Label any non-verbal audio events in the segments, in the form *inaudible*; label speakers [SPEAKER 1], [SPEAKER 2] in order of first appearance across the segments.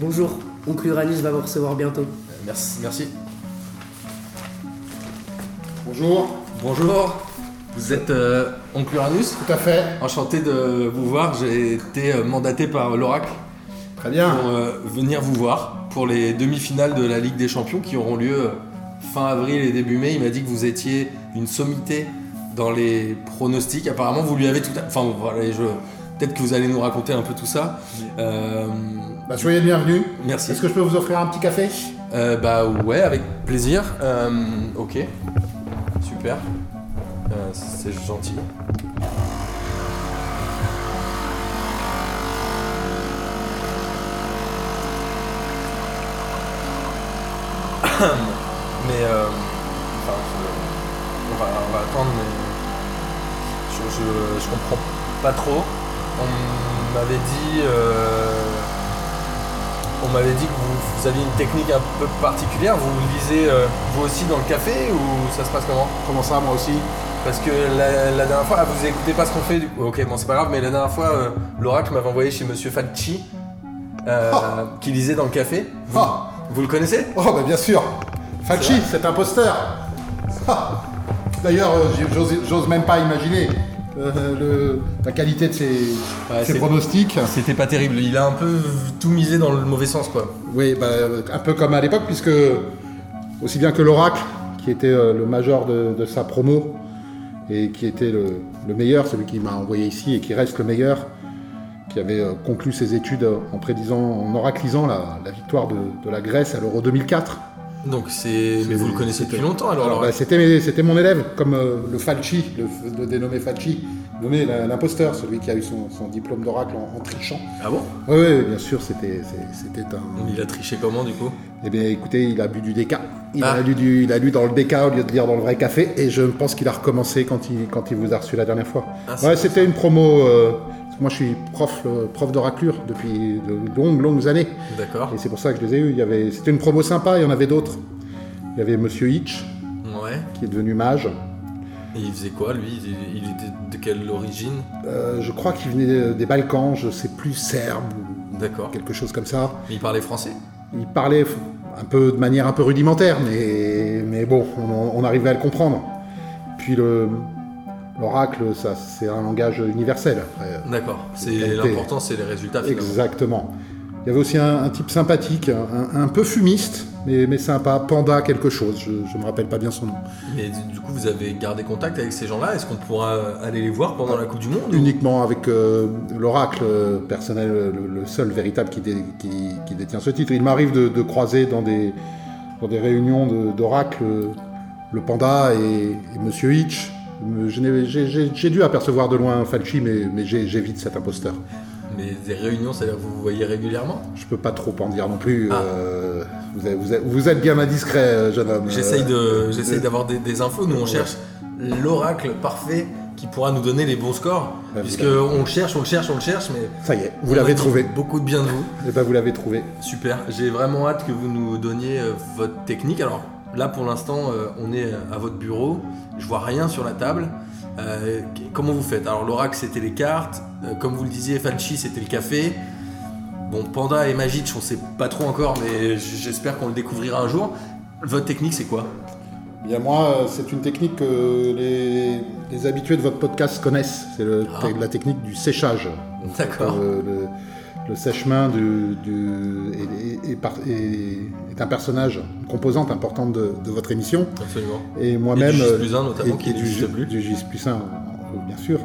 [SPEAKER 1] Bonjour, Oncle Uranus va vous recevoir bientôt.
[SPEAKER 2] Euh, Merci, merci.
[SPEAKER 3] Bonjour,
[SPEAKER 2] Bonjour, vous êtes euh, Oncle Uranus
[SPEAKER 3] tout à fait.
[SPEAKER 2] Enchanté de vous voir, j'ai été euh, mandaté par l'Oracle
[SPEAKER 3] Très
[SPEAKER 2] pour
[SPEAKER 3] bien.
[SPEAKER 2] euh, venir vous voir pour les demi-finales de la Ligue des Champions qui auront lieu euh, fin avril et début mai. Il m'a dit que vous étiez une sommité dans les pronostics. Apparemment, vous lui avez tout... à- Enfin, bon, voilà, je... peut-être que vous allez nous raconter un peu tout ça. Euh,
[SPEAKER 3] Bah, soyez les bienvenus.
[SPEAKER 2] Merci.
[SPEAKER 3] Est-ce que je peux vous offrir un petit café
[SPEAKER 2] Euh, bah ouais, avec plaisir. Euh, ok. Super. Euh, c'est gentil. *coughs* Mais euh, enfin, je- on, va, on va attendre, mais je, je, je comprends pas trop. On m'avait dit euh, on m'avait dit que vous, vous aviez une technique un peu particulière. Vous lisez euh, vous aussi dans le café ou ça se passe comment
[SPEAKER 3] Comment ça, moi aussi
[SPEAKER 2] Parce que la, la dernière fois, ah, vous écoutez pas ce qu'on fait du coup. Ok, bon, c'est pas grave, mais la dernière fois, euh, l'oracle m'avait envoyé chez monsieur Facci euh, qui lisait dans le café. Vous,
[SPEAKER 3] Ah.
[SPEAKER 2] vous le connaissez
[SPEAKER 3] Oh, bah bien sûr. Fachi, cet imposteur. Ah. D'ailleurs, euh, j'ai- j'ose- j'ose même pas imaginer euh, le- la qualité de ses,
[SPEAKER 2] Ouais,
[SPEAKER 3] ses
[SPEAKER 2] c'est-
[SPEAKER 3] pronostics.
[SPEAKER 2] C'était pas terrible. Il a un peu tout misé dans le mauvais sens, quoi.
[SPEAKER 3] Oui, bah, un peu comme à l'époque, puisque aussi bien que l'Oracle, qui était euh, le major de, de sa promo, et qui était le, le meilleur, celui qui m'a envoyé ici et qui reste le meilleur, qui avait euh, conclu ses études en prédisant, en oraclisant la, la victoire de, de la Grèce à l'Euro 2004.
[SPEAKER 2] Donc c'est. Mais vous le connaissez depuis longtemps alors,
[SPEAKER 3] Alors, bah,
[SPEAKER 2] l'oracle
[SPEAKER 3] c'était, mes- c'était mon élève, comme euh, le Falchi, le, le dénommé Falchi, nommé la- l'imposteur, celui qui a eu son, son diplôme d'oracle en, en trichant.
[SPEAKER 2] Ah bon
[SPEAKER 3] Oui, oui, bien sûr, c'était, c'est- c'était un,
[SPEAKER 2] Il a triché comment du coup
[SPEAKER 3] Eh bien, écoutez, il a bu du DK. Il,
[SPEAKER 2] Ah.
[SPEAKER 3] a lu du- il a lu dans le DK au lieu de lire dans le vrai café. Et je pense qu'il a recommencé quand il, quand il vous a reçu la dernière fois.
[SPEAKER 2] Ah, c'est
[SPEAKER 3] ouais,
[SPEAKER 2] bon,
[SPEAKER 3] c'était une promo. euh, parce que moi, je suis prof, euh, prof d'oraclure depuis de longues, longues années.
[SPEAKER 2] D'accord.
[SPEAKER 3] Et c'est pour ça que je les ai eus. Il y avait, c'était une promo sympa. Il y en avait d'autres. Il y avait Monsieur Hitch,
[SPEAKER 2] Ouais.
[SPEAKER 3] qui est devenu mage.
[SPEAKER 2] Et il faisait quoi lui il, il était de quelle origine
[SPEAKER 3] Euh, je crois qu'il venait des Balkans. Je sais plus, serbe ou
[SPEAKER 2] D'accord.
[SPEAKER 3] quelque chose comme ça.
[SPEAKER 2] Il parlait français
[SPEAKER 3] Il parlait un peu de manière un peu rudimentaire, mais, mais bon, on, on arrivait à le comprendre. Puis le l'oracle, ça, c'est un langage universel. après.
[SPEAKER 2] D'accord. C'est
[SPEAKER 3] Qualité.
[SPEAKER 2] l'important, c'est les résultats finalement.
[SPEAKER 3] Exactement. Il y avait aussi un, un type sympathique, un, un peu fumiste, mais, mais sympa, Panda quelque chose. Je, ne me rappelle pas bien son nom.
[SPEAKER 2] Mais du du coup, vous avez gardé contact avec ces gens-là. Est-ce qu'on pourra aller les voir pendant
[SPEAKER 3] Ah.
[SPEAKER 2] la Coupe du Monde ou-
[SPEAKER 3] Uniquement avec euh, l'oracle euh, personnel, le, le seul véritable qui, dé- qui, qui détient ce titre. Il m'arrive de, de croiser dans des, dans des réunions de- d'oracle euh, le panda et, et Monsieur Hitch. Me- je n'ai- J'ai j'ai- j'ai dû apercevoir de loin Falchi, mais, mais j'ai- j'évite cet imposteur.
[SPEAKER 2] Mais des réunions, c'est-à-dire que vous vous voyez régulièrement
[SPEAKER 3] Je peux pas trop en dire non plus.
[SPEAKER 2] Ah.
[SPEAKER 3] euh, vous, êtes, vous êtes- vous êtes bien indiscret, euh, jeune homme.
[SPEAKER 2] J'essaye de, j'essaye
[SPEAKER 3] euh,
[SPEAKER 2] d'avoir des, des infos. Nous, on
[SPEAKER 3] ouais.
[SPEAKER 2] cherche l'oracle parfait qui pourra nous donner les bons scores.
[SPEAKER 3] Bah, vous
[SPEAKER 2] puisque
[SPEAKER 3] l'avez.
[SPEAKER 2] on le cherche, on le cherche, on le cherche, mais
[SPEAKER 3] Ça y est, vous
[SPEAKER 2] on a
[SPEAKER 3] l'avez
[SPEAKER 2] dit
[SPEAKER 3] trouvé.
[SPEAKER 2] Beaucoup de bien de vous.
[SPEAKER 3] Et ben vous l'avez trouvé.
[SPEAKER 2] Super. J'ai vraiment hâte que vous nous donniez euh, votre technique. Alors là, pour l'instant, euh, on est à votre bureau. Je vois rien sur la table. Euh, qu- comment vous faites Alors l'oracle, c'était les cartes. Euh, comme vous le disiez, Falchi, c'était le café. Bon, Panda et Magitch, on sait pas trop encore, mais j- j'espère qu'on le découvrira un jour. Votre technique, c'est quoi
[SPEAKER 3] Bien moi, euh, c'est une technique que les, les habitués de votre podcast connaissent. C'est le-
[SPEAKER 2] Ah.
[SPEAKER 3] la technique du séchage. Donc,
[SPEAKER 2] D'accord.
[SPEAKER 3] euh, le, le sèche-main du, du- est, est- est par- est- est un personnage, une composante importante de, de votre émission.
[SPEAKER 2] Absolument.
[SPEAKER 3] Et moi-même,
[SPEAKER 2] Et du Gis
[SPEAKER 3] euh,
[SPEAKER 2] plus un, notamment, qui
[SPEAKER 3] du,
[SPEAKER 2] n'existe
[SPEAKER 3] Gis-
[SPEAKER 2] plus.
[SPEAKER 3] du Gis plus un, euh, bien sûr,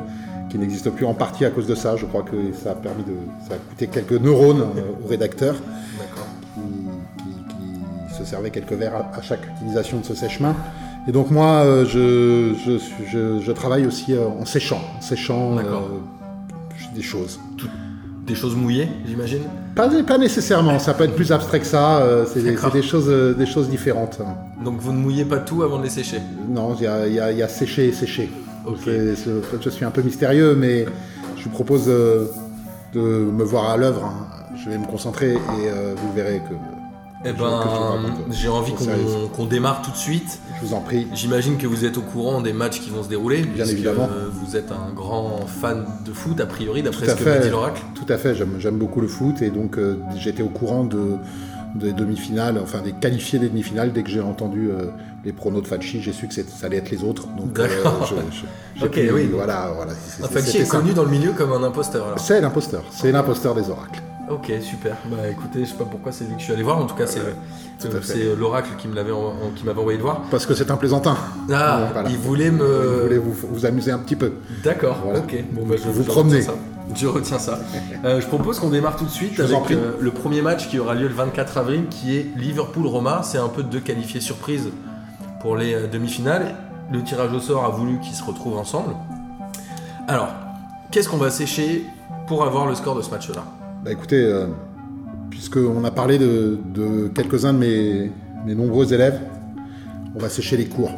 [SPEAKER 3] qui n'existe plus en partie à cause de ça. Je crois que ça a permis de, ça a coûté quelques neurones euh, au rédacteur
[SPEAKER 2] D'accord.
[SPEAKER 3] qui, qui- qui se servait quelques verres à, à chaque utilisation de ce sèche-main. Et donc moi, euh, je, je, suis- je- je travaille aussi euh, en séchant, en séchant euh,
[SPEAKER 2] D'accord.
[SPEAKER 3] des choses.
[SPEAKER 2] Des choses mouillées, j'imagine
[SPEAKER 3] Pas, pas nécessairement, ça peut être plus abstrait que ça, euh, c'est des,
[SPEAKER 2] D'accord.
[SPEAKER 3] c'est des choses, euh, des choses différentes.
[SPEAKER 2] Donc vous ne mouillez pas tout avant de les sécher.
[SPEAKER 3] Non, il y a, il y a- il y a séché et séché.
[SPEAKER 2] Ok.
[SPEAKER 3] C'est- c'est- en fait, je suis un peu mystérieux, mais je vous propose euh, de me voir à l'œuvre. hein. Je vais me concentrer et euh, vous verrez que
[SPEAKER 2] Eh
[SPEAKER 3] Je veux que tu me
[SPEAKER 2] ben,
[SPEAKER 3] racontes.
[SPEAKER 2] j'ai envie
[SPEAKER 3] Au
[SPEAKER 2] qu'on
[SPEAKER 3] sérieux.
[SPEAKER 2] qu'on démarre tout de suite.
[SPEAKER 3] Je vous en prie.
[SPEAKER 2] J'imagine que vous êtes au courant des matchs qui vont se dérouler. Bien
[SPEAKER 3] évidemment.
[SPEAKER 2] Vous êtes un grand fan de foot, a priori, d'après
[SPEAKER 3] Tout
[SPEAKER 2] ce
[SPEAKER 3] à
[SPEAKER 2] que
[SPEAKER 3] fait.
[SPEAKER 2] m'a dit l'oracle.
[SPEAKER 3] Tout à fait, j'aime j'aime beaucoup le foot et donc euh, j'étais au courant de, des demi-finales, enfin des qualifiés des demi-finales. Dès que j'ai entendu euh, les pronos de Falchi, j'ai su que c'est- ça allait être les autres. Donc, euh,
[SPEAKER 2] D'accord.
[SPEAKER 3] je- je- j'ai
[SPEAKER 2] Ok,
[SPEAKER 3] pu-
[SPEAKER 2] oui.
[SPEAKER 3] Voilà, voilà. c'est-
[SPEAKER 2] Ah,
[SPEAKER 3] c'est-
[SPEAKER 2] Falchi
[SPEAKER 3] c'était
[SPEAKER 2] est
[SPEAKER 3] ça.
[SPEAKER 2] connu dans le milieu comme un imposteur. alors.
[SPEAKER 3] C'est l'imposteur, c'est l'imposteur des oracles.
[SPEAKER 2] Ok, super. Bah écoutez, je sais pas pourquoi c'est lui que je suis allé voir. En tout cas, c'est
[SPEAKER 3] tout à fait.
[SPEAKER 2] c'est l'oracle qui me l'avait en- en- qui m'avait envoyé le voir.
[SPEAKER 3] Parce que c'est un plaisantin.
[SPEAKER 2] Ah,
[SPEAKER 3] Ouais, voilà.
[SPEAKER 2] il euh, voulait
[SPEAKER 3] Vous voulez
[SPEAKER 2] me.
[SPEAKER 3] vous, vous amuser un petit peu.
[SPEAKER 2] D'accord.
[SPEAKER 3] Voilà.
[SPEAKER 2] Ok. Bon, bah, je
[SPEAKER 3] Vous
[SPEAKER 2] je
[SPEAKER 3] promenez.
[SPEAKER 2] retiens ça. Je retiens
[SPEAKER 3] *laughs*
[SPEAKER 2] ça. Euh, je propose qu'on démarre tout de suite
[SPEAKER 3] Je vous
[SPEAKER 2] avec
[SPEAKER 3] en prie.
[SPEAKER 2] euh, le premier match qui aura lieu le 24 avril, qui est Liverpool-Roma. C'est un peu deux qualifiés surprises pour les euh, demi-finales. Le tirage au sort a voulu qu'ils se retrouvent ensemble. Alors, qu'est-ce qu'on va sécher pour avoir le score de ce match-là
[SPEAKER 3] Bah écoutez, euh, puisqu'on a parlé de, de quelques-uns de mes, mes nombreux élèves, on va sécher les cours.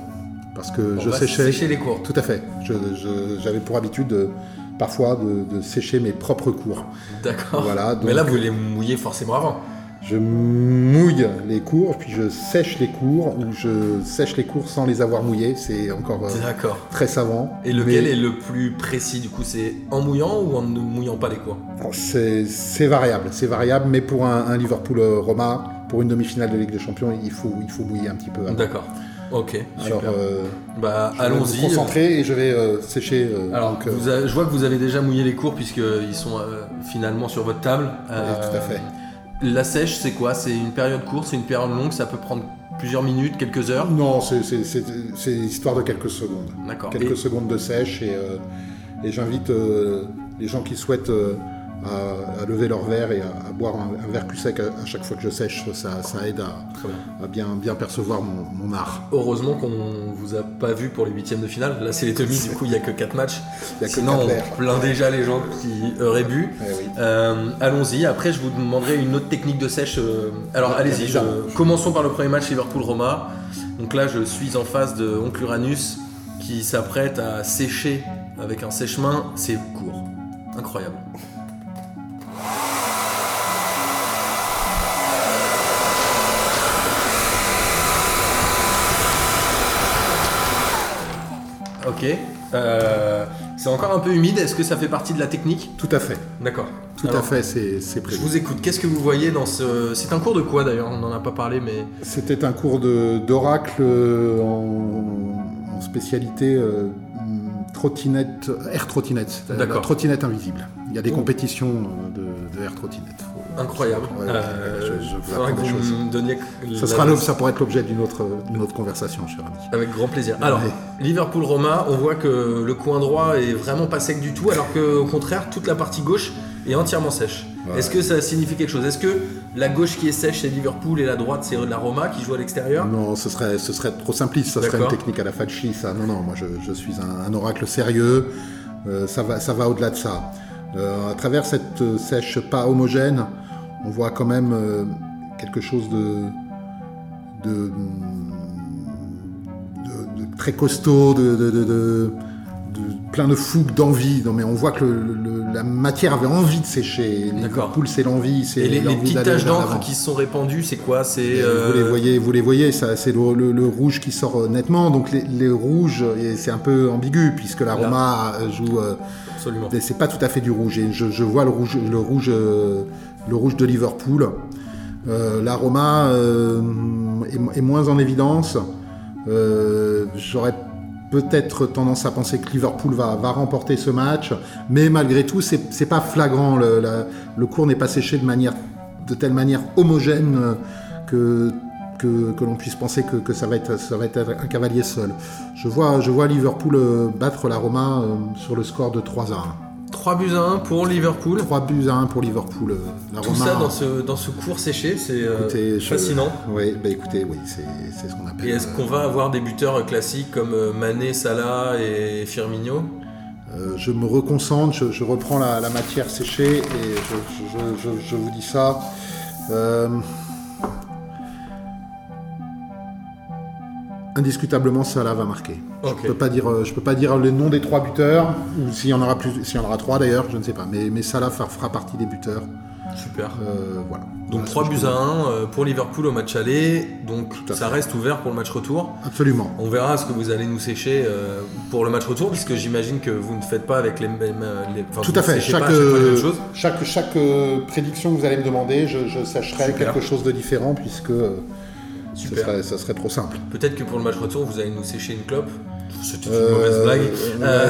[SPEAKER 3] Parce que
[SPEAKER 2] On
[SPEAKER 3] je
[SPEAKER 2] va
[SPEAKER 3] séchais.
[SPEAKER 2] sécher les cours.
[SPEAKER 3] Tout à fait. Je- je- J'avais pour habitude de- parfois de, de sécher mes propres cours.
[SPEAKER 2] D'accord.
[SPEAKER 3] Voilà,
[SPEAKER 2] *laughs*
[SPEAKER 3] donc- euh,
[SPEAKER 2] Mais là, vous les mouillez forcément avant.
[SPEAKER 3] Je mouille les cours, puis je sèche les cours, ou je sèche les cours sans les avoir mouillés. C'est encore euh,
[SPEAKER 2] D'accord.
[SPEAKER 3] très savant.
[SPEAKER 2] Et lequel
[SPEAKER 3] mais
[SPEAKER 2] est le plus précis du coup C'est en mouillant ou en ne mouillant pas les coins
[SPEAKER 3] c'est C'est variable, c'est variable, mais pour un, un Liverpool-Roma, pour une demi-finale de Ligue des Champions, il faut, il faut mouiller un petit peu. avant.
[SPEAKER 2] D'accord. Ok,
[SPEAKER 3] Alors,
[SPEAKER 2] super.
[SPEAKER 3] euh,
[SPEAKER 2] bah
[SPEAKER 3] je vais me
[SPEAKER 2] allons-y.
[SPEAKER 3] concentrer et je vais euh, sécher. euh,
[SPEAKER 2] Alors,
[SPEAKER 3] donc, euh,
[SPEAKER 2] vous avez- je vois que vous avez déjà mouillé les cours puisqu'ils sont euh, finalement sur votre table. Euh,
[SPEAKER 3] tout à fait.
[SPEAKER 2] La sèche, c'est quoi C'est une période courte, c'est une période longue, ça peut prendre plusieurs minutes, quelques heures.
[SPEAKER 3] Non, c'est- c'est c'est- c'est histoire de quelques secondes.
[SPEAKER 2] D'accord.
[SPEAKER 3] Quelques
[SPEAKER 2] Et-
[SPEAKER 3] secondes de sèche et, euh, et j'invite euh, les gens qui souhaitent euh, à, à lever leur verre et à, à boire un, un verre cul sec à, à chaque fois que je sèche. Ça, ça aide à,
[SPEAKER 2] Très bien.
[SPEAKER 3] à bien, bien percevoir mon, mon art.
[SPEAKER 2] Heureusement qu'on vous a pas vu pour les huitièmes de finale. Là, c'est
[SPEAKER 3] *laughs*
[SPEAKER 2] les demi, du coup, il n'y a que 4 matchs.
[SPEAKER 3] Il y a que
[SPEAKER 2] Sinon,
[SPEAKER 3] quatre
[SPEAKER 2] on
[SPEAKER 3] verres.
[SPEAKER 2] plaint déjà les gens qui auraient bu.
[SPEAKER 3] Eh oui.
[SPEAKER 2] Euh, allons-y. Après, je vous demanderai une autre technique de sèche. euh, Alors,
[SPEAKER 3] Ouais,
[SPEAKER 2] allez-y.
[SPEAKER 3] déjà.
[SPEAKER 2] je- Commençons par le premier match Liverpool-Roma. Donc là, je suis en face de Oncle Uranus qui s'apprête à sécher avec un sèche-main. C'est court. Incroyable. Ok. Euh, c'est encore un peu humide. Est-ce que ça fait partie de la technique
[SPEAKER 3] Tout à fait,
[SPEAKER 2] D'accord.
[SPEAKER 3] tout à
[SPEAKER 2] Alors,
[SPEAKER 3] fait, c'est c'est
[SPEAKER 2] Je
[SPEAKER 3] prévu.
[SPEAKER 2] vous écoute. Qu'est-ce que vous voyez dans ce. C'est un cours de quoi d'ailleurs On n'en a pas parlé, mais.
[SPEAKER 3] C'était un cours de- d'oracle euh, en, en spécialité euh, hum, trottinette, air trottinette, c'est-à-dire la
[SPEAKER 2] D'accord. Oh.
[SPEAKER 3] trottinette invisible. Il y a des compétitions euh, de, de air trottinette. Faut-
[SPEAKER 2] Incroyable.
[SPEAKER 3] Ouais, ouais,
[SPEAKER 2] Euh,
[SPEAKER 3] je- je vous
[SPEAKER 2] faudra
[SPEAKER 3] apprends
[SPEAKER 2] que
[SPEAKER 3] des
[SPEAKER 2] vous
[SPEAKER 3] choses.
[SPEAKER 2] me donniez
[SPEAKER 3] Ça
[SPEAKER 2] la-
[SPEAKER 3] sera l'objet- ça pourrait être l'objet d'une autre, euh, d'une autre conversation, cher ami.
[SPEAKER 2] Avec grand plaisir. Alors, Liverpool-Roma, on voit que le coin droit est vraiment pas sec du tout, alors que au contraire, toute la partie gauche est entièrement sèche.
[SPEAKER 3] Ouais.
[SPEAKER 2] Est-ce que ça signifie quelque chose Est-ce que la gauche qui est sèche, c'est Liverpool et la droite, c'est la Roma qui joue à l'extérieur
[SPEAKER 3] Non, ce serait, ce serait trop simpliste, ça serait une
[SPEAKER 2] D'accord.
[SPEAKER 3] technique à la Fachi, ça. Non, non, moi je, je suis un, un oracle sérieux, Euh, ça va, ça va au-delà de ça. Euh, à travers cette euh, sèche pas homogène, on voit quand même euh, quelque chose de, de, de- de très costaud, de, de- de- de- de- plein de fougue, d'envie. Non, mais on voit que le- le- la matière avait envie de sécher.
[SPEAKER 2] D'accord.
[SPEAKER 3] Liverpool, c'est l'envie, c'est
[SPEAKER 2] Et les, les
[SPEAKER 3] l'envie
[SPEAKER 2] petites
[SPEAKER 3] d'aller
[SPEAKER 2] taches
[SPEAKER 3] vers
[SPEAKER 2] d'encre
[SPEAKER 3] l'avant.
[SPEAKER 2] qui se sont répandues, c'est quoi C'est.
[SPEAKER 3] Et
[SPEAKER 2] euh,
[SPEAKER 3] Vous les voyez, vous les voyez, ça, c'est le, le- le rouge qui sort euh, nettement. Donc les, les rouges, et c'est un peu ambigu puisque la
[SPEAKER 2] Là.
[SPEAKER 3] Roma euh, joue. euh,
[SPEAKER 2] Absolument.
[SPEAKER 3] mais c'est pas tout à fait du rouge. Et je, je vois le rouge, le rouge, euh, le rouge de Liverpool. Euh, la Roma euh, est, mo- est moins en évidence. Euh, J'aurais peut-être tendance à penser que Liverpool va, va remporter ce match, mais malgré tout, c'est c'est pas flagrant. Le, la- le cours n'est pas séché de manière, de telle manière homogène euh, que que, que l'on puisse penser que, que ça, va être, ça va être un cavalier seul. Je vois, je vois Liverpool euh, battre la Roma euh, sur le score de 3 à
[SPEAKER 2] 3 buts à 1 pour Liverpool.
[SPEAKER 3] 1. 3 buts à 1 pour Liverpool. euh, la
[SPEAKER 2] Tout
[SPEAKER 3] Roma,
[SPEAKER 2] ça dans ce, dans ce cours séché, c'est euh,
[SPEAKER 3] écoutez, je-
[SPEAKER 2] fascinant.
[SPEAKER 3] Oui, bah écoutez, oui, c'est c'est ce qu'on appelle. euh,
[SPEAKER 2] Et est-ce qu'on va avoir des buteurs classiques comme euh, Mané, Salah et Firmino
[SPEAKER 3] Euh, je me reconcentre, je, je reprends la, la matière séchée et je, je- je- je- je vous dis ça. Euh, Indiscutablement, Salah va marquer.
[SPEAKER 2] Ok.
[SPEAKER 3] Je peux pas dire, euh, je peux pas dire le nom des trois buteurs ou s'il y en aura plus, s'il y en aura trois d'ailleurs, je ne sais pas. Mais, mais Salah fera, fera partie des buteurs.
[SPEAKER 2] Super.
[SPEAKER 3] Euh, voilà.
[SPEAKER 2] Donc
[SPEAKER 3] Voilà ce
[SPEAKER 2] 3
[SPEAKER 3] que je
[SPEAKER 2] buts
[SPEAKER 3] peux
[SPEAKER 2] à
[SPEAKER 3] dire.
[SPEAKER 2] 1 pour Liverpool au match aller. Donc
[SPEAKER 3] à
[SPEAKER 2] ça reste ouvert pour le match retour.
[SPEAKER 3] Absolument.
[SPEAKER 2] On verra ce que vous allez nous sécher euh, pour le match retour, puisque j'imagine que vous ne faites pas avec les mêmes. euh, les- enfin,
[SPEAKER 3] Tout
[SPEAKER 2] vous
[SPEAKER 3] à
[SPEAKER 2] ne
[SPEAKER 3] fait.
[SPEAKER 2] séchez
[SPEAKER 3] Chaque,
[SPEAKER 2] pas à chaque fois les mêmes
[SPEAKER 3] euh,
[SPEAKER 2] choses.
[SPEAKER 3] chaque, chaque, euh, prédiction que vous allez me demander, je, je sacherai
[SPEAKER 2] Super.
[SPEAKER 3] quelque chose de différent puisque euh, ce
[SPEAKER 2] Super.
[SPEAKER 3] serait- ça serait trop simple.
[SPEAKER 2] Peut-être que pour le match retour, vous allez nous sécher une clope. C'était une
[SPEAKER 3] Euh,
[SPEAKER 2] mauvaise blague.
[SPEAKER 3] ouais,
[SPEAKER 2] Euh,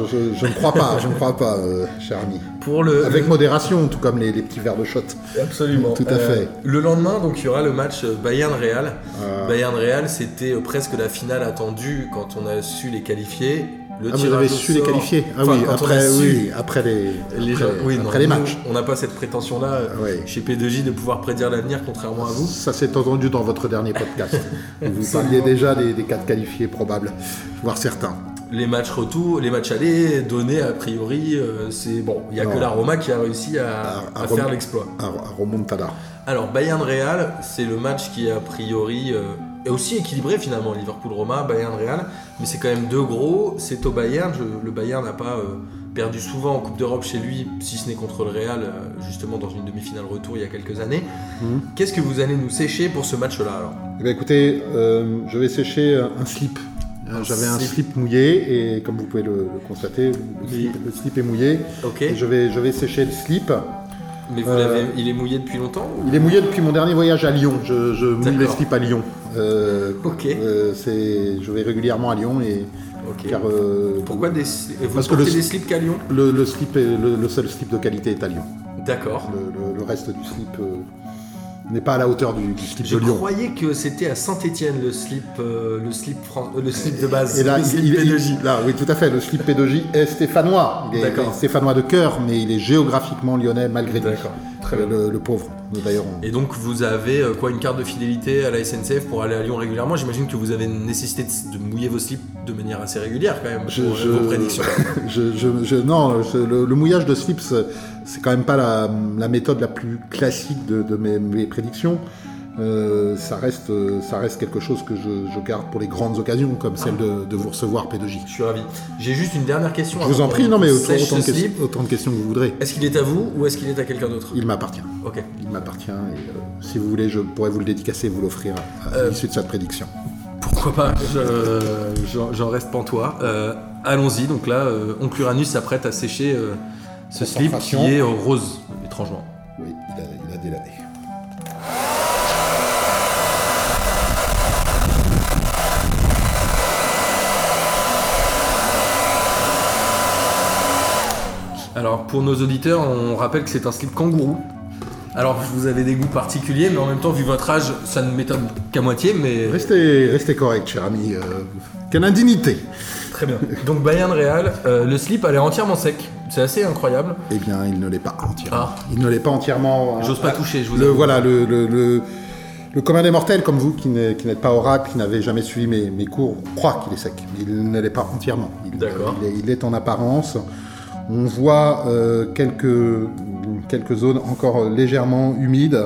[SPEAKER 3] je, je- je- je ne crois pas, je ne crois pas, euh, cher ami.
[SPEAKER 2] pour le,
[SPEAKER 3] Avec modération, tout comme les, les petits verres de shot. Ah,
[SPEAKER 2] Absolument. Euh,
[SPEAKER 3] Tout à fait.
[SPEAKER 2] Le lendemain, donc, il y aura le match euh, Bayern-Real.
[SPEAKER 3] Ah.
[SPEAKER 2] Bayern-Real, c'était euh, presque la finale attendue quand on a su les qualifier. Le
[SPEAKER 3] Ah, vous
[SPEAKER 2] tirage
[SPEAKER 3] avez
[SPEAKER 2] au
[SPEAKER 3] su les
[SPEAKER 2] sort-
[SPEAKER 3] qualifier Ah
[SPEAKER 2] Enfin,
[SPEAKER 3] oui,
[SPEAKER 2] quand on a
[SPEAKER 3] après,
[SPEAKER 2] su
[SPEAKER 3] oui, après les,
[SPEAKER 2] les,
[SPEAKER 3] après-
[SPEAKER 2] oui,
[SPEAKER 3] après
[SPEAKER 2] non,
[SPEAKER 3] les
[SPEAKER 2] nous,
[SPEAKER 3] matchs.
[SPEAKER 2] On n'a pas cette prétention-là euh,
[SPEAKER 3] Ah oui.
[SPEAKER 2] chez P2J de pouvoir prédire l'avenir, contrairement à vous.
[SPEAKER 3] Ça s'est entendu dans votre dernier podcast.
[SPEAKER 2] *laughs*
[SPEAKER 3] vous parliez déjà des, des quatre qualifiés probables, voire certains.
[SPEAKER 2] Les matchs retour, les matchs allés, donnés a priori, euh, c'est bon. Il n'y a
[SPEAKER 3] Non.
[SPEAKER 2] que la Roma qui a réussi à,
[SPEAKER 3] À- à
[SPEAKER 2] à
[SPEAKER 3] rem-
[SPEAKER 2] faire l'exploit.
[SPEAKER 3] À, à Romontada.
[SPEAKER 2] Alors Bayern Real, c'est le match qui a priori euh, est aussi équilibré finalement Liverpool Roma, Bayern Real, mais c'est quand même deux gros. C'est au Bayern, je- le Bayern n'a pas euh, perdu souvent en Coupe d'Europe chez lui, si ce n'est contre le Real euh, justement dans une demi-finale retour il y a quelques années.
[SPEAKER 3] Mhm.
[SPEAKER 2] Qu'est-ce que vous allez nous sécher pour ce match-là alors
[SPEAKER 3] Eh bien, écoutez, euh, je vais sécher euh, un slip. Euh,
[SPEAKER 2] Un
[SPEAKER 3] J'avais un
[SPEAKER 2] slip.
[SPEAKER 3] slip mouillé et comme vous pouvez le, le constater, le slip, le slip est mouillé.
[SPEAKER 2] Ok.
[SPEAKER 3] Et Je vais, je vais sécher le slip.
[SPEAKER 2] Mais vous
[SPEAKER 3] Euh,
[SPEAKER 2] l'avez, il est mouillé depuis longtemps ou-
[SPEAKER 3] Il est mouillé depuis mon dernier voyage à Lyon. Je, je mouille les
[SPEAKER 2] D'accord.
[SPEAKER 3] slips à Lyon. Euh,
[SPEAKER 2] Ok.
[SPEAKER 3] euh, c'est, je vais régulièrement à Lyon et
[SPEAKER 2] Ok.
[SPEAKER 3] car euh,
[SPEAKER 2] Pourquoi des, sli- vous
[SPEAKER 3] Parce que
[SPEAKER 2] portez
[SPEAKER 3] le-
[SPEAKER 2] des slips qu'à Lyon
[SPEAKER 3] le, le slip est- le, le seul slip de qualité est à Lyon.
[SPEAKER 2] D'accord.
[SPEAKER 3] Le, le- le reste du slip euh, n'est pas à la hauteur du, du slip
[SPEAKER 2] Je
[SPEAKER 3] de Lyon.
[SPEAKER 2] croyais que c'était à Saint-Étienne le slip, euh, le slip, fran- euh, le slip de base.
[SPEAKER 3] Et là,
[SPEAKER 2] le
[SPEAKER 3] il,
[SPEAKER 2] slip
[SPEAKER 3] il- il-
[SPEAKER 2] P2J.
[SPEAKER 3] là, oui, tout à fait. Le slip P2J est stéphanois. Il est,
[SPEAKER 2] D'accord.
[SPEAKER 3] il est stéphanois de cœur, mais il est géographiquement lyonnais malgré tout.
[SPEAKER 2] D'accord. Très
[SPEAKER 3] Le-
[SPEAKER 2] bien.
[SPEAKER 3] Le, le pauvre. Nous, D'ailleurs, on-
[SPEAKER 2] Et donc vous avez euh, quoi une carte de fidélité à la SNCF pour aller à Lyon régulièrement J'imagine que vous avez une nécessité de, de mouiller vos slips de manière assez régulière quand même pour
[SPEAKER 3] Je-
[SPEAKER 2] euh,
[SPEAKER 3] je-
[SPEAKER 2] vos prédictions.
[SPEAKER 3] *laughs* je- je- je- non, je- le, le mouillage de slip, c'est c'est quand même pas la, la méthode la plus classique de, de mes, mes prédictions. Euh, ça, reste, euh, ça reste quelque chose que je, je garde pour les grandes occasions, comme celle de, de vous recevoir P2J.
[SPEAKER 2] Je suis ravi. J'ai juste une dernière question.
[SPEAKER 3] Je vous
[SPEAKER 2] avant
[SPEAKER 3] en prie,
[SPEAKER 2] qu'on
[SPEAKER 3] non mais autant,
[SPEAKER 2] sèche
[SPEAKER 3] autant de,
[SPEAKER 2] ce slip.
[SPEAKER 3] questions- autant de questions que vous voudrez.
[SPEAKER 2] Est-ce qu'il est à vous ou est-ce qu'il est à quelqu'un d'autre
[SPEAKER 3] Il m'appartient.
[SPEAKER 2] Ok.
[SPEAKER 3] Il m'appartient et euh, si vous voulez, je pourrais vous le dédicacer et vous l'offrir à- à
[SPEAKER 2] Euh.
[SPEAKER 3] l'issue de cette prédiction.
[SPEAKER 2] Pourquoi pas je- J'en j'en reste pantois. Euh, Allons-y. Donc là, euh, Oncle Uranus s'apprête à sécher euh, ce slip qui
[SPEAKER 3] Concentration.
[SPEAKER 2] est euh, rose, étrangement.
[SPEAKER 3] Oui, il a, il a déladé.
[SPEAKER 2] Alors pour nos auditeurs, on rappelle que c'est un slip kangourou. Alors vous avez des goûts particuliers, mais en même temps, vu votre âge, ça ne m'étonne qu'à moitié, mais
[SPEAKER 3] Restez, restez correct, cher ami. euh, quelle indignité
[SPEAKER 2] très bien. Donc Bayern Real, euh, le slip elle est entièrement sec. C'est assez incroyable.
[SPEAKER 3] Eh bien, il ne l'est pas entièrement.
[SPEAKER 2] Ah.
[SPEAKER 3] Il ne l'est pas entièrement. hein.
[SPEAKER 2] J'ose pas toucher, je vous
[SPEAKER 3] Le,
[SPEAKER 2] avoue.
[SPEAKER 3] voilà, le, le, le, le commun des mortels, comme vous, qui n'est- qui n'êtes pas oracle, qui n'avez jamais suivi mes, mes cours, croit qu'il est sec. Mais il ne l'est pas entièrement. Il,
[SPEAKER 2] D'accord.
[SPEAKER 3] Il, est, il est en apparence. On voit euh, quelques, quelques zones encore légèrement humides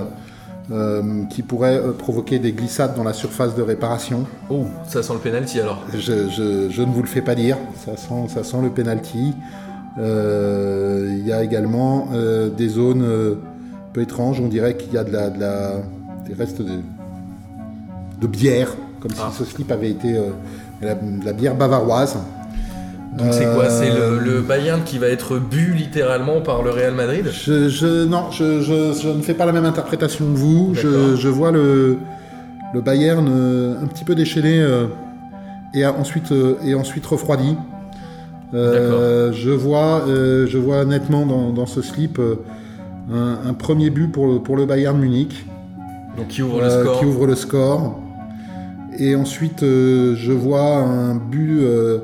[SPEAKER 3] euh, qui pourraient euh, provoquer des glissades dans la surface de réparation.
[SPEAKER 2] Oh, ça sent le penalty alors.
[SPEAKER 3] Je, je- je ne vous le fais pas dire, ça sent, ça sent le penalty. Euh, Il y a également euh, des zones euh, peu étranges, on dirait qu'il y a de la, de la- des restes de, de bière, comme
[SPEAKER 2] Ah.
[SPEAKER 3] si ce slip avait été euh, de la, de la bière bavaroise.
[SPEAKER 2] Donc c'est quoi C'est le,
[SPEAKER 3] Euh,
[SPEAKER 2] le Bayern qui va être bu littéralement par le Real Madrid
[SPEAKER 3] Je, je- non, je, je- je ne fais pas la même interprétation que vous. Je,
[SPEAKER 2] D'accord.
[SPEAKER 3] je vois le, le Bayern euh, un petit peu déchaîné euh, et a- ensuite, euh, et ensuite refroidi. Euh, je, vois, euh, je vois nettement dans, dans ce slip euh, un, un premier but pour le, pour le Bayern Munich
[SPEAKER 2] Donc qui ouvre
[SPEAKER 3] euh,
[SPEAKER 2] le score
[SPEAKER 3] qui ouvre le score. Et ensuite, euh, je vois un but, euh,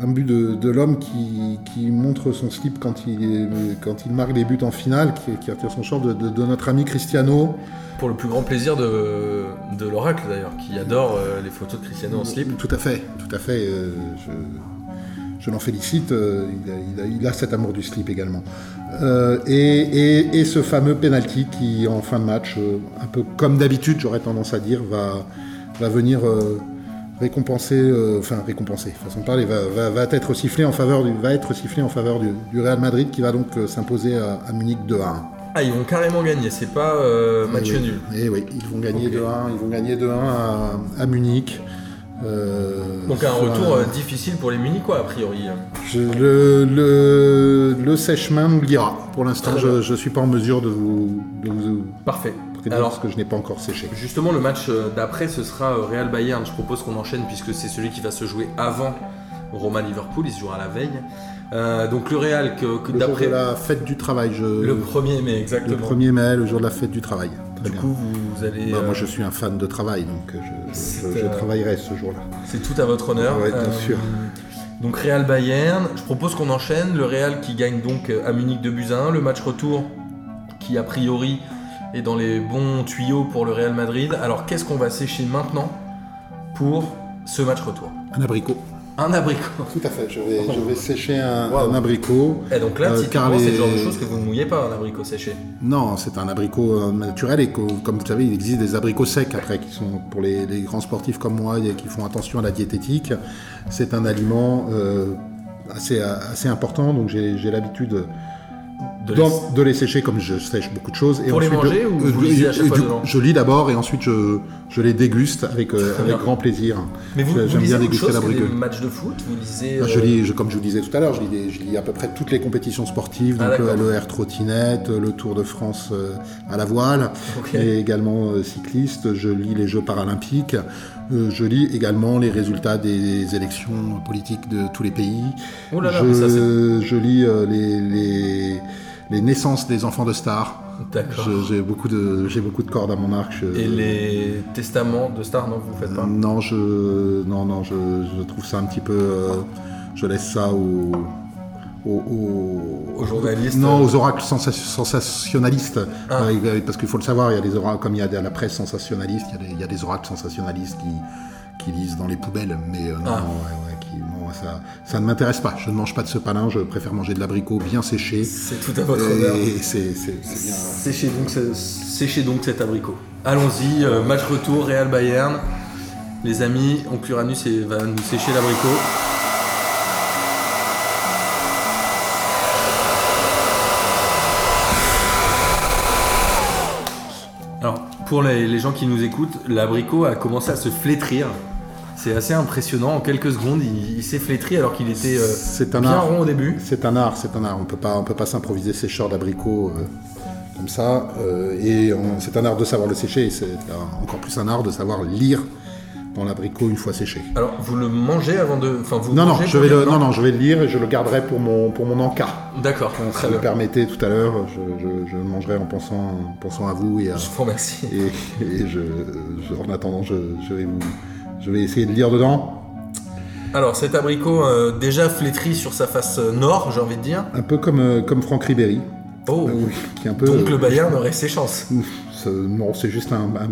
[SPEAKER 3] un but de, de l'homme qui, qui montre son slip quand il, est- quand il marque des buts en finale, qui, qui retire son short de, de- de notre ami Cristiano.
[SPEAKER 2] Pour le plus grand plaisir de, de l'oracle d'ailleurs, qui adore euh, les photos de Cristiano en slip.
[SPEAKER 3] Mm. Tout à fait, tout à fait. euh, je je l'en félicite. euh, il, a, il a- il a cet amour du slip également. Euh, et, et- et ce fameux penalty qui, en fin de match, euh, un peu comme d'habitude, j'aurais tendance à dire, va, va venir euh, récompenser, euh, enfin récompenser, façon de parler, va, va- va être sifflé en faveur du, va être sifflé en faveur du, du Real Madrid qui va donc euh, s'imposer à, à Munich 2 à 1.
[SPEAKER 2] Ah, ils vont carrément gagner, c'est pas euh, match
[SPEAKER 3] Eh oui.
[SPEAKER 2] nul.
[SPEAKER 3] Eh oui, ils vont gagner
[SPEAKER 2] Ok.
[SPEAKER 3] 2-1, ils vont gagner 2-1 à, à Munich. Euh,
[SPEAKER 2] Donc un
[SPEAKER 3] sur
[SPEAKER 2] retour euh, difficile pour les Munichois, a priori. hein.
[SPEAKER 3] Je- le, le, le sèche-main nous le dira. Pour l'instant,
[SPEAKER 2] Très
[SPEAKER 3] je
[SPEAKER 2] bien.
[SPEAKER 3] je suis pas en mesure de vous, de vous
[SPEAKER 2] Parfait.
[SPEAKER 3] prédire
[SPEAKER 2] Alors,
[SPEAKER 3] parce que je n'ai pas encore séché.
[SPEAKER 2] Justement, le match euh, d'après, ce sera euh, Real Bayern. Je propose qu'on enchaîne puisque c'est celui qui va se jouer avant Roma Liverpool. Il se jouera la veille. Euh, donc le Real, que, que
[SPEAKER 3] Le jour de
[SPEAKER 2] d'après
[SPEAKER 3] la fête du travail, je,
[SPEAKER 2] le
[SPEAKER 3] le,
[SPEAKER 2] premier, mais exactement.
[SPEAKER 3] 1er mai, le jour de la fête du travail. Très
[SPEAKER 2] du
[SPEAKER 3] bien.
[SPEAKER 2] coup, vous, vous allez.
[SPEAKER 3] Bah,
[SPEAKER 2] euh,
[SPEAKER 3] moi, je suis un fan de travail, donc je, je- je-
[SPEAKER 2] C'est,
[SPEAKER 3] je
[SPEAKER 2] euh,
[SPEAKER 3] travaillerai ce jour-là.
[SPEAKER 2] C'est tout à votre honneur. Euh,
[SPEAKER 3] Ouais, bien sûr.
[SPEAKER 2] Donc Real Bayern. Je propose qu'on enchaîne. Le Real qui gagne donc euh, à Munich 2 buts à 1. Le match retour qui a priori est dans les bons tuyaux pour le Real Madrid. Alors qu'est-ce qu'on va sécher maintenant pour ce match retour
[SPEAKER 3] Un abricot.
[SPEAKER 2] Un abricot.
[SPEAKER 3] Tout à fait. Je vais,
[SPEAKER 2] Oh.
[SPEAKER 3] je vais sécher un,
[SPEAKER 2] Wow.
[SPEAKER 3] un abricot.
[SPEAKER 2] Et donc là,
[SPEAKER 3] Euh,
[SPEAKER 2] typiquement,
[SPEAKER 3] car
[SPEAKER 2] c'est
[SPEAKER 3] les-
[SPEAKER 2] le genre de choses que vous ne mouillez pas, un abricot séché.
[SPEAKER 3] Non, c'est un abricot euh, naturel et que, comme vous savez, il existe des abricots secs après qui sont pour les, les grands sportifs comme moi et qui font attention à la diététique. C'est un aliment euh, assez, assez important, donc j'ai j'ai l'habitude
[SPEAKER 2] De
[SPEAKER 3] d'en-
[SPEAKER 2] les-
[SPEAKER 3] de les sécher comme je sèche beaucoup de choses. Et
[SPEAKER 2] Pour les manger
[SPEAKER 3] de-
[SPEAKER 2] ou
[SPEAKER 3] euh,
[SPEAKER 2] vous
[SPEAKER 3] je-
[SPEAKER 2] lisez à chaque
[SPEAKER 3] je-
[SPEAKER 2] fois
[SPEAKER 3] je-
[SPEAKER 2] dedans
[SPEAKER 3] Je lis d'abord et ensuite je, je les déguste avec, euh,
[SPEAKER 2] Très
[SPEAKER 3] avec
[SPEAKER 2] bien.
[SPEAKER 3] grand plaisir.
[SPEAKER 2] Mais vous,
[SPEAKER 3] Je-
[SPEAKER 2] vous
[SPEAKER 3] J'aime
[SPEAKER 2] lisez
[SPEAKER 3] bien
[SPEAKER 2] autre
[SPEAKER 3] déguster
[SPEAKER 2] chose que
[SPEAKER 3] l'abricot. Ah,
[SPEAKER 2] des matchs de foot Vous lisez...
[SPEAKER 3] Je
[SPEAKER 2] euh,
[SPEAKER 3] lis, je- comme je vous disais tout à l'heure, je lis, des- je lis à peu près toutes les compétitions sportives,
[SPEAKER 2] Ah,
[SPEAKER 3] donc euh, le
[SPEAKER 2] d'accord.
[SPEAKER 3] LER trottinette, le Tour de France euh, à la voile,
[SPEAKER 2] Ok.
[SPEAKER 3] et également euh, cycliste. Je lis les Jeux paralympiques. Euh, je lis également les résultats des élections politiques de tous les pays.
[SPEAKER 2] Oh là là,
[SPEAKER 3] je,
[SPEAKER 2] mais ça, c'est-
[SPEAKER 3] je lis euh, les, les- les naissances des enfants de stars.
[SPEAKER 2] D'accord.
[SPEAKER 3] Je- J'ai beaucoup de j'ai beaucoup de cordes à mon arc. Je-
[SPEAKER 2] Et les testaments de stars, non, vous ne faites pas
[SPEAKER 3] non, je, non, non, je, je trouve ça un petit peu. euh, je laisse ça aux. Aux, aux-
[SPEAKER 2] Aux journalistes.
[SPEAKER 3] Non, aux oracles sensa- sensationnalistes.
[SPEAKER 2] Ah.
[SPEAKER 3] Euh, et- et parce qu'il faut le savoir, il y a des oracles, comme il y a de la presse sensationnaliste, il y a des, il y a des oracles sensationnalistes qui, qui lisent dans les poubelles. Mais euh, non,
[SPEAKER 2] Ah.
[SPEAKER 3] ouais, ouais, qui- non, ça, ça ne m'intéresse pas. Je ne mange pas de ce panin, je préfère manger de l'abricot bien séché.
[SPEAKER 2] C'est tout à votre honneur.
[SPEAKER 3] Et c'est c'est- c'est bien.
[SPEAKER 2] Séchez donc, ce- séchez donc cet abricot. Allons-y, euh, match retour, Real Bayern. Les amis, Oncluranus et- va nous sécher l'abricot. Alors, pour les, les gens qui nous écoutent, l'abricot a commencé à se flétrir. C'est assez impressionnant, en quelques secondes, il, il s'est flétri alors qu'il était euh,
[SPEAKER 3] C'est un
[SPEAKER 2] bien
[SPEAKER 3] art.
[SPEAKER 2] rond au début.
[SPEAKER 3] C'est un art, c'est un art. On peut pas, on peut pas s'improviser sécheur d'abricot euh, comme ça. euh, et on- c'est un art de savoir le sécher. Et c'est un- encore plus un art de savoir lire dans l'abricot une fois séché.
[SPEAKER 2] Alors, vous le mangez avant de... Enfin, vous
[SPEAKER 3] Non, non,
[SPEAKER 2] mangez
[SPEAKER 3] je
[SPEAKER 2] pour
[SPEAKER 3] vais
[SPEAKER 2] dire-
[SPEAKER 3] le, non, non, je vais le lire et je le garderai pour mon, pour mon encas.
[SPEAKER 2] D'accord,
[SPEAKER 3] Enfin, si
[SPEAKER 2] très
[SPEAKER 3] vous
[SPEAKER 2] bien.
[SPEAKER 3] le permettez, tout à l'heure, je, je- je le mangerai en pensant, en pensant à vous et à,
[SPEAKER 2] Je vous remercie.
[SPEAKER 3] et, et je, je- en attendant, je, je vais vous, je vais essayer de lire dedans.
[SPEAKER 2] Alors cet abricot euh, déjà flétri sur sa face euh, nord, j'ai envie de dire.
[SPEAKER 3] Un peu comme, euh, comme Franck Ribéry,
[SPEAKER 2] Oh,
[SPEAKER 3] euh, qui est un peu.
[SPEAKER 2] donc le Bayern aurait ses chances.
[SPEAKER 3] Ça- Non, c'est juste un, un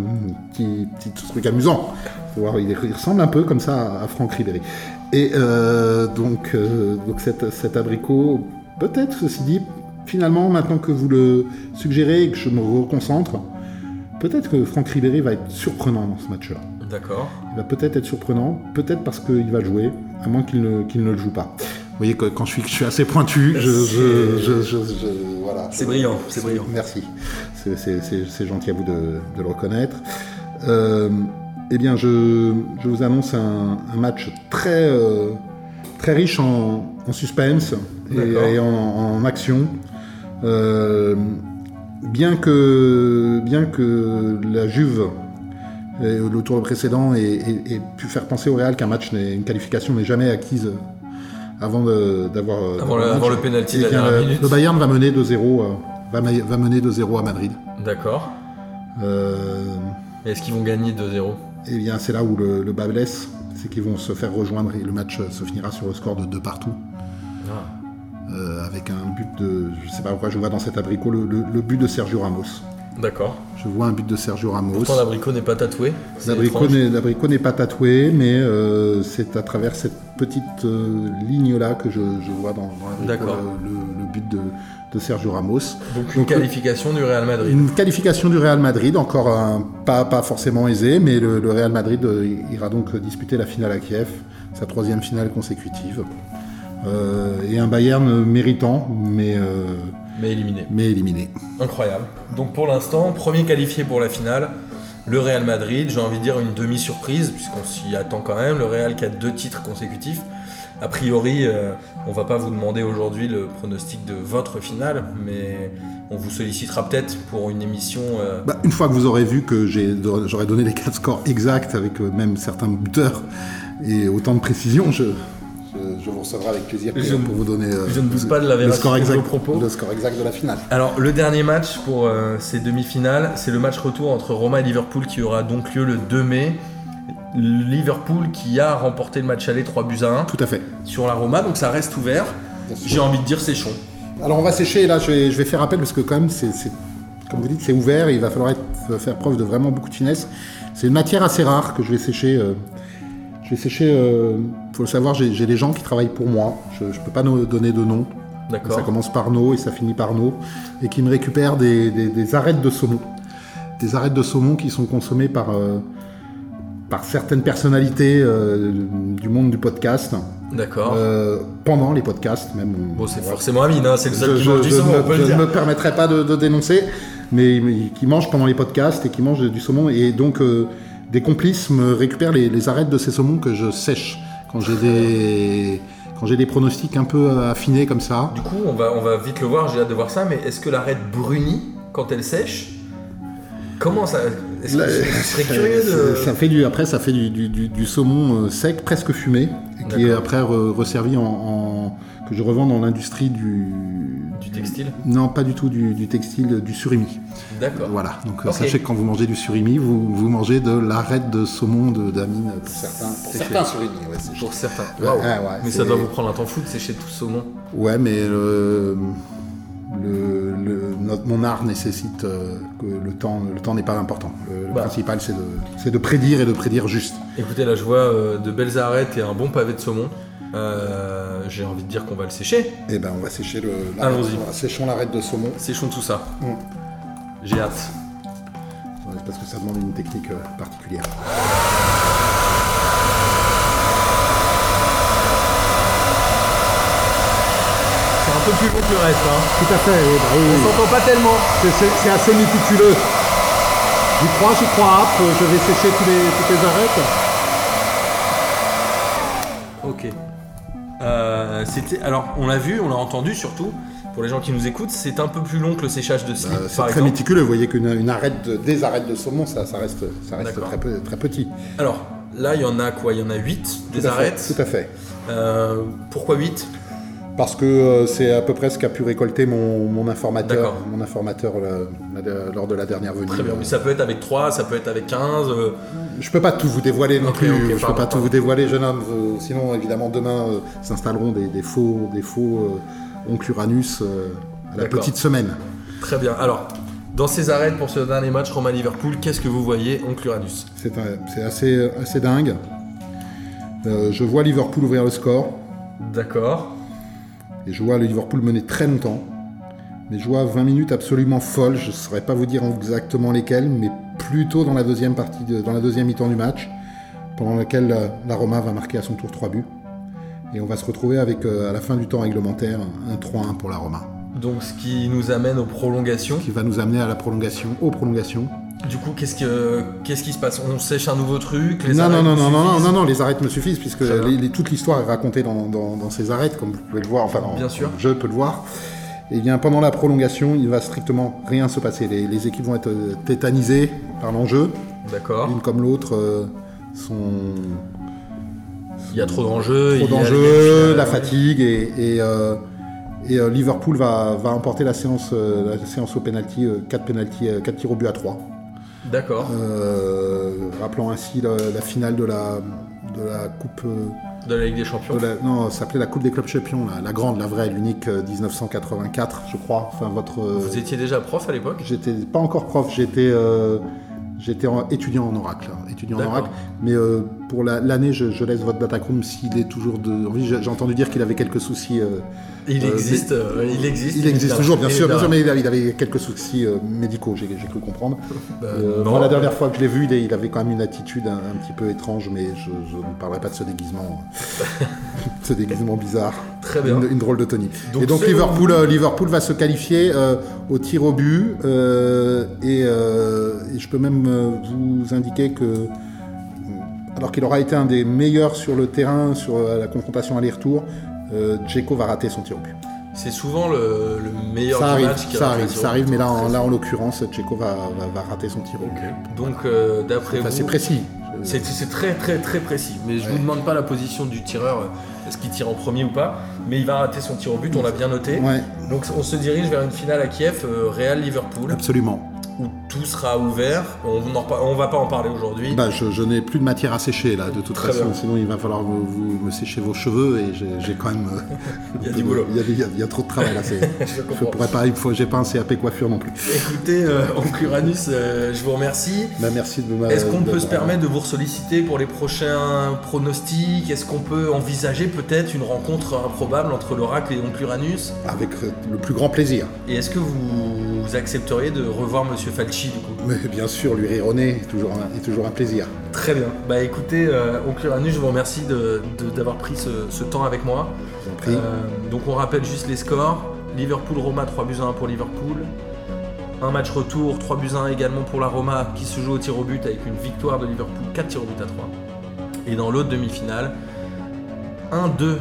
[SPEAKER 3] petit, petit truc amusant. Faut voir, il, il ressemble un peu comme ça à, à Franck Ribéry. Et euh, donc, euh, donc cet, cet abricot, peut-être, ceci dit, finalement, maintenant que vous le suggérez et que je me reconcentre, peut-être que Franck Ribéry va être surprenant dans ce match-là.
[SPEAKER 2] D'accord.
[SPEAKER 3] Il va peut-être être surprenant, peut-être parce qu'il va le jouer, à moins qu'il ne, qu'il ne le joue pas. Vous voyez que quand je suis, je suis assez pointu, je, je- je- je- je- voilà.
[SPEAKER 2] C'est brillant, c'est brillant.
[SPEAKER 3] Merci. C'est- C'est c'est- c'est gentil à vous de, de le reconnaître. Euh, eh bien, je, je vous annonce un, un match très, euh, très riche en, en suspense
[SPEAKER 2] D'accord.
[SPEAKER 3] et, et en, en action. Euh, bien, que, bien que la Juve, et le tour précédent, ait, ait- ait pu faire penser au Real qu'un match, n'est- une qualification n'est jamais acquise avant de- d'avoir euh,
[SPEAKER 2] Avant
[SPEAKER 3] d'avoir
[SPEAKER 2] le-
[SPEAKER 3] un match.
[SPEAKER 2] avant le penalty
[SPEAKER 3] Eh
[SPEAKER 2] de la
[SPEAKER 3] bien,
[SPEAKER 2] dernière
[SPEAKER 3] le-
[SPEAKER 2] minute.
[SPEAKER 3] Le Bayern va mener 2-0 euh, va, ma- va mener 2-0 à Madrid.
[SPEAKER 2] D'accord.
[SPEAKER 3] Euh,
[SPEAKER 2] Et Est-ce qu'ils vont gagner 2-0
[SPEAKER 3] eh bien, c'est là où le, le bas blesse, c'est qu'ils vont se faire rejoindre et le match euh, se finira sur le score de 2 partout.
[SPEAKER 2] Ah.
[SPEAKER 3] euh, avec un but de. Je sais pas pourquoi je vois dans cet abricot le, le- le but de Sergio Ramos.
[SPEAKER 2] D'accord.
[SPEAKER 3] Je vois un but de Sergio Ramos.
[SPEAKER 2] Pourtant l'abricot n'est pas tatoué. C'est
[SPEAKER 3] L'abricot
[SPEAKER 2] étrange.
[SPEAKER 3] n'est- l'abricot n'est pas tatoué, mais euh, c'est à travers cette petite euh, ligne-là que je, je vois dans, dans l'abricot
[SPEAKER 2] D'accord.
[SPEAKER 3] le, le- le but de, de Sergio Ramos.
[SPEAKER 2] Donc une qualification du Real Madrid.
[SPEAKER 3] Une qualification du Real Madrid, encore un pas, pas forcément aisé, mais le, le Real Madrid euh, ira donc disputer la finale à Kiev, sa troisième finale consécutive. euh, et un Bayern méritant, mais, euh,
[SPEAKER 2] mais éliminé.
[SPEAKER 3] mais éliminé.
[SPEAKER 2] Incroyable. Donc pour l'instant, premier qualifié pour la finale, le Real Madrid. J'ai envie de dire une demi-surprise, puisqu'on s'y attend quand même. Le Real qui a deux titres consécutifs. A priori, euh, on va pas vous demander aujourd'hui le pronostic de votre finale, mais on vous sollicitera peut-être pour une émission. euh,
[SPEAKER 3] Bah, une fois que vous aurez vu que j'ai- j'aurais donné les quatre scores exacts avec euh, même certains buteurs et autant de précision, je, je, je vous recevrai avec plaisir pour,
[SPEAKER 2] Je ne-
[SPEAKER 3] pour vous donner euh,
[SPEAKER 2] je ne doute pas de la
[SPEAKER 3] le,
[SPEAKER 2] véracité
[SPEAKER 3] score
[SPEAKER 2] de vos
[SPEAKER 3] exact,
[SPEAKER 2] propos.
[SPEAKER 3] le score exact de la finale.
[SPEAKER 2] Alors le dernier match pour euh, ces demi-finales, c'est le match retour entre Roma et Liverpool qui aura donc lieu le 2 mai. Liverpool qui a remporté le match aller 3 buts à 1
[SPEAKER 3] Tout à fait.
[SPEAKER 2] sur la Roma, donc ça reste ouvert. J'ai envie de dire c'est chaud.
[SPEAKER 3] Alors on va sécher là, je vais, je vais faire appel parce que quand même c'est, c'est- comme vous dites c'est ouvert, et il va falloir être- euh, faire preuve de vraiment beaucoup de finesse. C'est une matière assez rare que je vais sécher. euh, je vais sécher, euh, faut le savoir, j'ai, j'ai des gens qui travaillent pour moi. Je ne peux pas no- donner de nom. Ça
[SPEAKER 2] D'accord.
[SPEAKER 3] commence par no et ça finit par no et qui me récupèrent des, des- des arêtes de saumon. Des arêtes de saumon qui sont consommées par, euh, par certaines personnalités euh, du monde du podcast.
[SPEAKER 2] D'accord.
[SPEAKER 3] euh, pendant les podcasts, même. on-
[SPEAKER 2] Ah. Bon, c'est forcément Amine, hein, c'est le seul
[SPEAKER 3] je,
[SPEAKER 2] qui mange du
[SPEAKER 3] je
[SPEAKER 2] saumon,
[SPEAKER 3] ne,
[SPEAKER 2] on peut
[SPEAKER 3] je
[SPEAKER 2] le dire.
[SPEAKER 3] ne me permettrai pas de, de dénoncer, mais, mais qui mange pendant les podcasts et qui mange du saumon. Et donc, euh, des complices me récupèrent les, les arêtes de ces saumons que je sèche quand j'ai des, quand j'ai des pronostics un peu affinés comme ça.
[SPEAKER 2] Du coup, on va, on va vite le voir, j'ai hâte de voir ça, mais est-ce que l'arête brunit quand elle sèche Comment ça Est-ce que
[SPEAKER 3] Là,
[SPEAKER 2] *laughs*
[SPEAKER 3] *laughs*
[SPEAKER 2] je serais curieux de.
[SPEAKER 3] Ça fait du, après, ça fait du, du- du- du saumon euh, sec, presque fumé, et qui est
[SPEAKER 2] D'accord.
[SPEAKER 3] après re- resservi en, en- que je revends dans l'industrie du.
[SPEAKER 2] Du textile
[SPEAKER 3] Non, pas du tout du, du textile, du surimi.
[SPEAKER 2] D'accord.
[SPEAKER 3] Voilà, donc euh,
[SPEAKER 2] Ok.
[SPEAKER 3] sachez que quand vous mangez du surimi, vous, vous mangez de l'arête de saumon de d'amine. euh, Pour certains,
[SPEAKER 2] pour certains
[SPEAKER 3] surimi, ouais, c'est
[SPEAKER 2] Pour certains.
[SPEAKER 3] Ouais,
[SPEAKER 2] Waouh.
[SPEAKER 3] ouais, ouais,
[SPEAKER 2] mais
[SPEAKER 3] c'est-
[SPEAKER 2] ça doit vous prendre un temps fou de sécher tout ce saumon.
[SPEAKER 3] Ouais, mais euh, le, le- notre- mon art nécessite euh, que le temps, le temps n'est pas important. Le, le
[SPEAKER 2] Bah.
[SPEAKER 3] principal, c'est de, c'est de prédire et de prédire juste.
[SPEAKER 2] Écoutez, là, je vois euh, de belles arêtes et un bon pavé de saumon. Euh, J'ai envie de dire qu'on va le sécher.
[SPEAKER 3] Et ben, on va sécher le. l'arête-
[SPEAKER 2] Allons-y.
[SPEAKER 3] on va- Séchons l'arête de saumon.
[SPEAKER 2] Séchons tout ça.
[SPEAKER 3] Mm.
[SPEAKER 2] J'ai hâte.
[SPEAKER 3] Ouais, Parce que ça demande une technique euh, particulière.
[SPEAKER 2] C'est un peu plus long que le reste. Hein.
[SPEAKER 3] Tout à fait, oui, bah oui, oui.
[SPEAKER 2] s'entend pas tellement.
[SPEAKER 3] C'est- C'est c'est assez méticuleux. J'y crois, j'y crois. hop, Je vais sécher tous les, toutes les arêtes.
[SPEAKER 2] Ok. Euh, c'était. Alors, on l'a vu, on l'a entendu surtout. Pour les gens qui nous écoutent, c'est un peu plus long que le séchage de slip,
[SPEAKER 3] Euh, C'est
[SPEAKER 2] par
[SPEAKER 3] très
[SPEAKER 2] exemple.
[SPEAKER 3] méticuleux, vous voyez qu'une une arête, de- des arêtes de saumon, ça, ça reste, ça reste
[SPEAKER 2] D'accord.
[SPEAKER 3] très, peu- très petit.
[SPEAKER 2] Alors, là, il y en a quoi Il y en a 8 des
[SPEAKER 3] Tout à fait,
[SPEAKER 2] arêtes.
[SPEAKER 3] Tout à fait.
[SPEAKER 2] Euh, pourquoi 8
[SPEAKER 3] Parce que euh, c'est à peu près ce qu'a pu récolter mon, mon informateur,
[SPEAKER 2] D'accord.
[SPEAKER 3] mon informateur euh, la- lors de la dernière venue. Euh,
[SPEAKER 2] Très bien. Mais ça peut être avec 3, ça peut être avec 15. euh,
[SPEAKER 3] Je peux pas tout vous dévoiler non
[SPEAKER 2] Ok,
[SPEAKER 3] plus.
[SPEAKER 2] ok,
[SPEAKER 3] je
[SPEAKER 2] pardon,
[SPEAKER 3] peux pas tout
[SPEAKER 2] pardon.
[SPEAKER 3] vous dévoiler, jeune homme. Euh, sinon, évidemment, demain euh, s'installeront des, des faux, des faux euh, oncles Uranus euh, à la
[SPEAKER 2] D'accord.
[SPEAKER 3] petite semaine.
[SPEAKER 2] Très bien. Alors, dans ces arènes pour ce dernier match Roma-Liverpool, qu'est-ce que vous voyez, oncle Uranus
[SPEAKER 3] C'est un- c'est assez, assez dingue. Euh, je vois Liverpool ouvrir le score.
[SPEAKER 2] D'accord.
[SPEAKER 3] Et je vois le Liverpool mener très longtemps. Mais je vois 20 minutes absolument folles. Je ne saurais pas vous dire exactement lesquelles, mais plutôt dans la deuxième partie, de- dans la deuxième mi-temps du match, pendant laquelle euh, la Roma va marquer à son tour 3 buts. Et on va se retrouver avec, euh, à la fin du temps réglementaire, un 3-1 pour la Roma,
[SPEAKER 2] Donc, ce qui nous amène aux prolongations.
[SPEAKER 3] qui va nous amener à la prolongation, aux prolongations.
[SPEAKER 2] Du coup, qu'est-ce que qu'est-ce qui se passe On sèche un nouveau truc les
[SPEAKER 3] Non, non,
[SPEAKER 2] arènes
[SPEAKER 3] non,
[SPEAKER 2] nous
[SPEAKER 3] non, non, non,
[SPEAKER 2] suffisent
[SPEAKER 3] non, non, les arêtes me suffisent, puisque
[SPEAKER 2] Très bien.
[SPEAKER 3] les- les- toute l'histoire est racontée dans, dans- dans ces arêtes, comme vous pouvez le voir, enfin, en-
[SPEAKER 2] Bien sûr.
[SPEAKER 3] en- je peux le voir. Et bien, pendant la prolongation, il va strictement rien se passer. Les, les équipes vont être euh, tétanisées par l'enjeu.
[SPEAKER 2] D'accord.
[SPEAKER 3] L'une comme l'autre euh, sont
[SPEAKER 2] Il y a trop d'enjeux.
[SPEAKER 3] trop
[SPEAKER 2] il y a euh,
[SPEAKER 3] d'enjeux,
[SPEAKER 2] les-
[SPEAKER 3] la fatigue, et, et, euh, et, euh, Liverpool va, va emporter la séance, euh, la séance au penalty, 4 penalty, 4 tirs au but à 3.
[SPEAKER 2] D'accord.
[SPEAKER 3] Euh, rappelant ainsi la, la finale de la, de la Coupe. euh,
[SPEAKER 2] De la Ligue des Champions.
[SPEAKER 3] de la- non, ça s'appelait la Coupe des clubs champions, la, la grande, la vraie, l'unique, euh, 1984, je crois. Enfin, votre. euh,
[SPEAKER 2] Vous étiez déjà prof à l'époque
[SPEAKER 3] J'étais pas encore prof, j'étais. euh, J'étais en- étudiant en oracle, hein, étudiant en
[SPEAKER 2] D'accord.
[SPEAKER 3] oracle, mais euh, pour la- l'année, je, je laisse votre Datacroom s'il est toujours de. oui, j'ai j'ai entendu dire qu'il avait quelques soucis. euh,
[SPEAKER 2] Il
[SPEAKER 3] euh,
[SPEAKER 2] existe,
[SPEAKER 3] mais-
[SPEAKER 2] euh, il existe. ben,
[SPEAKER 3] Il existe
[SPEAKER 2] évidemment.
[SPEAKER 3] toujours, bien sûr, bien sûr,
[SPEAKER 2] Évidemment.
[SPEAKER 3] mais il avait, il avait quelques soucis euh, médicaux, j'ai j'ai cru comprendre. Euh,
[SPEAKER 2] ben, non.
[SPEAKER 3] moi, la dernière fois que je l'ai vu, il, est- il avait quand même une attitude un, un petit peu étrange, mais je, je ne parlerai pas de ce déguisement, euh, *laughs* ce déguisement bizarre.
[SPEAKER 2] Très bien.
[SPEAKER 3] Une, une drôle de Tony.
[SPEAKER 2] Donc,
[SPEAKER 3] et donc
[SPEAKER 2] c'est-
[SPEAKER 3] Liverpool, euh, Liverpool va se qualifier euh, au tir au but, euh, et, euh, et je peux même euh, vous indiquer que euh, alors qu'il aura été un des meilleurs sur le terrain, sur euh, la confrontation aller-retour, euh, Dzeko va rater son tir au but.
[SPEAKER 2] C'est souvent le, le meilleur
[SPEAKER 3] Ça
[SPEAKER 2] du
[SPEAKER 3] arrive,
[SPEAKER 2] match qui
[SPEAKER 3] ça
[SPEAKER 2] a
[SPEAKER 3] arrive,
[SPEAKER 2] fait
[SPEAKER 3] ça arrive, mais là, en,
[SPEAKER 2] sur-
[SPEAKER 3] là, en l'occurrence, Tchéco va, va, va rater son tir. au but.
[SPEAKER 2] Donc, euh, d'après
[SPEAKER 3] Enfin,
[SPEAKER 2] vous,
[SPEAKER 3] c'est précis. Euh, Je-
[SPEAKER 2] c'est c'est très très très précis. Mais je
[SPEAKER 3] Ouais.
[SPEAKER 2] vous demande pas la position du tireur, euh, est-ce qu'il tire en premier ou pas. Mais il va rater son tir au but, on l'a bien noté.
[SPEAKER 3] Ouais,
[SPEAKER 2] Donc, on se dirige vers une finale à Kiev, euh, Real Liverpool,
[SPEAKER 3] absolument.
[SPEAKER 2] où tout sera ouvert. On, en, repa- on va pas en parler aujourd'hui.
[SPEAKER 3] Bah, je je n'ai plus de matière à sécher là, de toute
[SPEAKER 2] Très
[SPEAKER 3] façon.
[SPEAKER 2] bien.
[SPEAKER 3] Sinon, il va falloir vous, vous- me sécher vos cheveux et j'ai j'ai quand même. euh,
[SPEAKER 2] *laughs* Il y a du boulot.
[SPEAKER 3] Il y a, il y a- il y a trop de travail là. c'est-
[SPEAKER 2] *laughs* Je
[SPEAKER 3] Je
[SPEAKER 2] comprends.
[SPEAKER 3] pourrais pas. Il faut. J'ai pas un CAP coiffure non plus.
[SPEAKER 2] Écoutez, euh, Oncle Uranus, euh, je vous remercie.
[SPEAKER 3] Bah, merci de me.
[SPEAKER 2] Est-ce qu'on
[SPEAKER 3] de-
[SPEAKER 2] peut se
[SPEAKER 3] de-
[SPEAKER 2] permettre de vous solliciter pour les prochains pronostics Est-ce qu'on peut envisager peut-être une rencontre improbable entre l'oracle et Oncle Uranus
[SPEAKER 3] Avec euh, le plus grand plaisir.
[SPEAKER 2] Et est-ce que vous accepteriez de revoir Monsieur Falchi du coup
[SPEAKER 3] Mais bien sûr, lui rire au nez est toujours un, est toujours un plaisir.
[SPEAKER 2] Très bien. Bah écoutez, euh, Oncle Uranus, je vous remercie de- de- d'avoir pris ce, ce temps avec moi.
[SPEAKER 3] Je vous en prie.
[SPEAKER 2] Euh, donc on rappelle juste les scores. Liverpool-Roma 3 buts à 1 pour Liverpool. Un match retour, 3 buts à 1 également pour la Roma qui se joue au tir au but avec une victoire de Liverpool, 4 tirs au but à 3. Et dans l'autre demi-finale, 1-2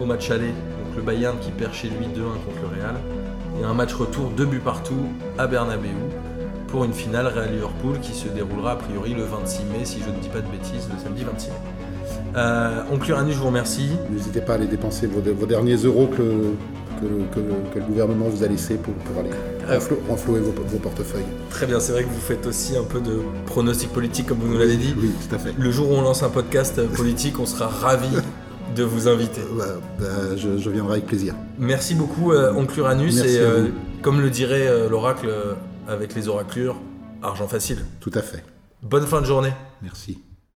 [SPEAKER 2] au match aller, donc le Bayern qui perd chez lui 2-1 contre le Real. Et un match retour, 2 buts partout à Bernabeu pour une finale Real Liverpool qui se déroulera a priori le 26 mai, si je ne dis pas de bêtises, le samedi 26 mai. Euh, Oncle Uranus, je vous remercie.
[SPEAKER 3] N'hésitez pas à aller dépenser vos, vos derniers euros que, que, le- que le- que le gouvernement vous a laissés pour, pour aller
[SPEAKER 2] Euh.
[SPEAKER 3] renflo- renflouer vos, vos portefeuilles.
[SPEAKER 2] Très bien, c'est vrai que vous faites aussi un peu de pronostic politique comme vous nous l'avez dit.
[SPEAKER 3] Oui, tout à fait.
[SPEAKER 2] Le jour où on lance un podcast euh, politique, on sera ravi de vous inviter.
[SPEAKER 3] Bah, bah, je, je viendrai avec plaisir.
[SPEAKER 2] Merci beaucoup, euh, Oncle Uranus.
[SPEAKER 3] Merci
[SPEAKER 2] et
[SPEAKER 3] à
[SPEAKER 2] euh,
[SPEAKER 3] vous.
[SPEAKER 2] comme le dirait euh, l'oracle euh, avec les oraclures, argent facile.
[SPEAKER 3] Tout à fait.
[SPEAKER 2] Bonne fin de journée.
[SPEAKER 3] Merci.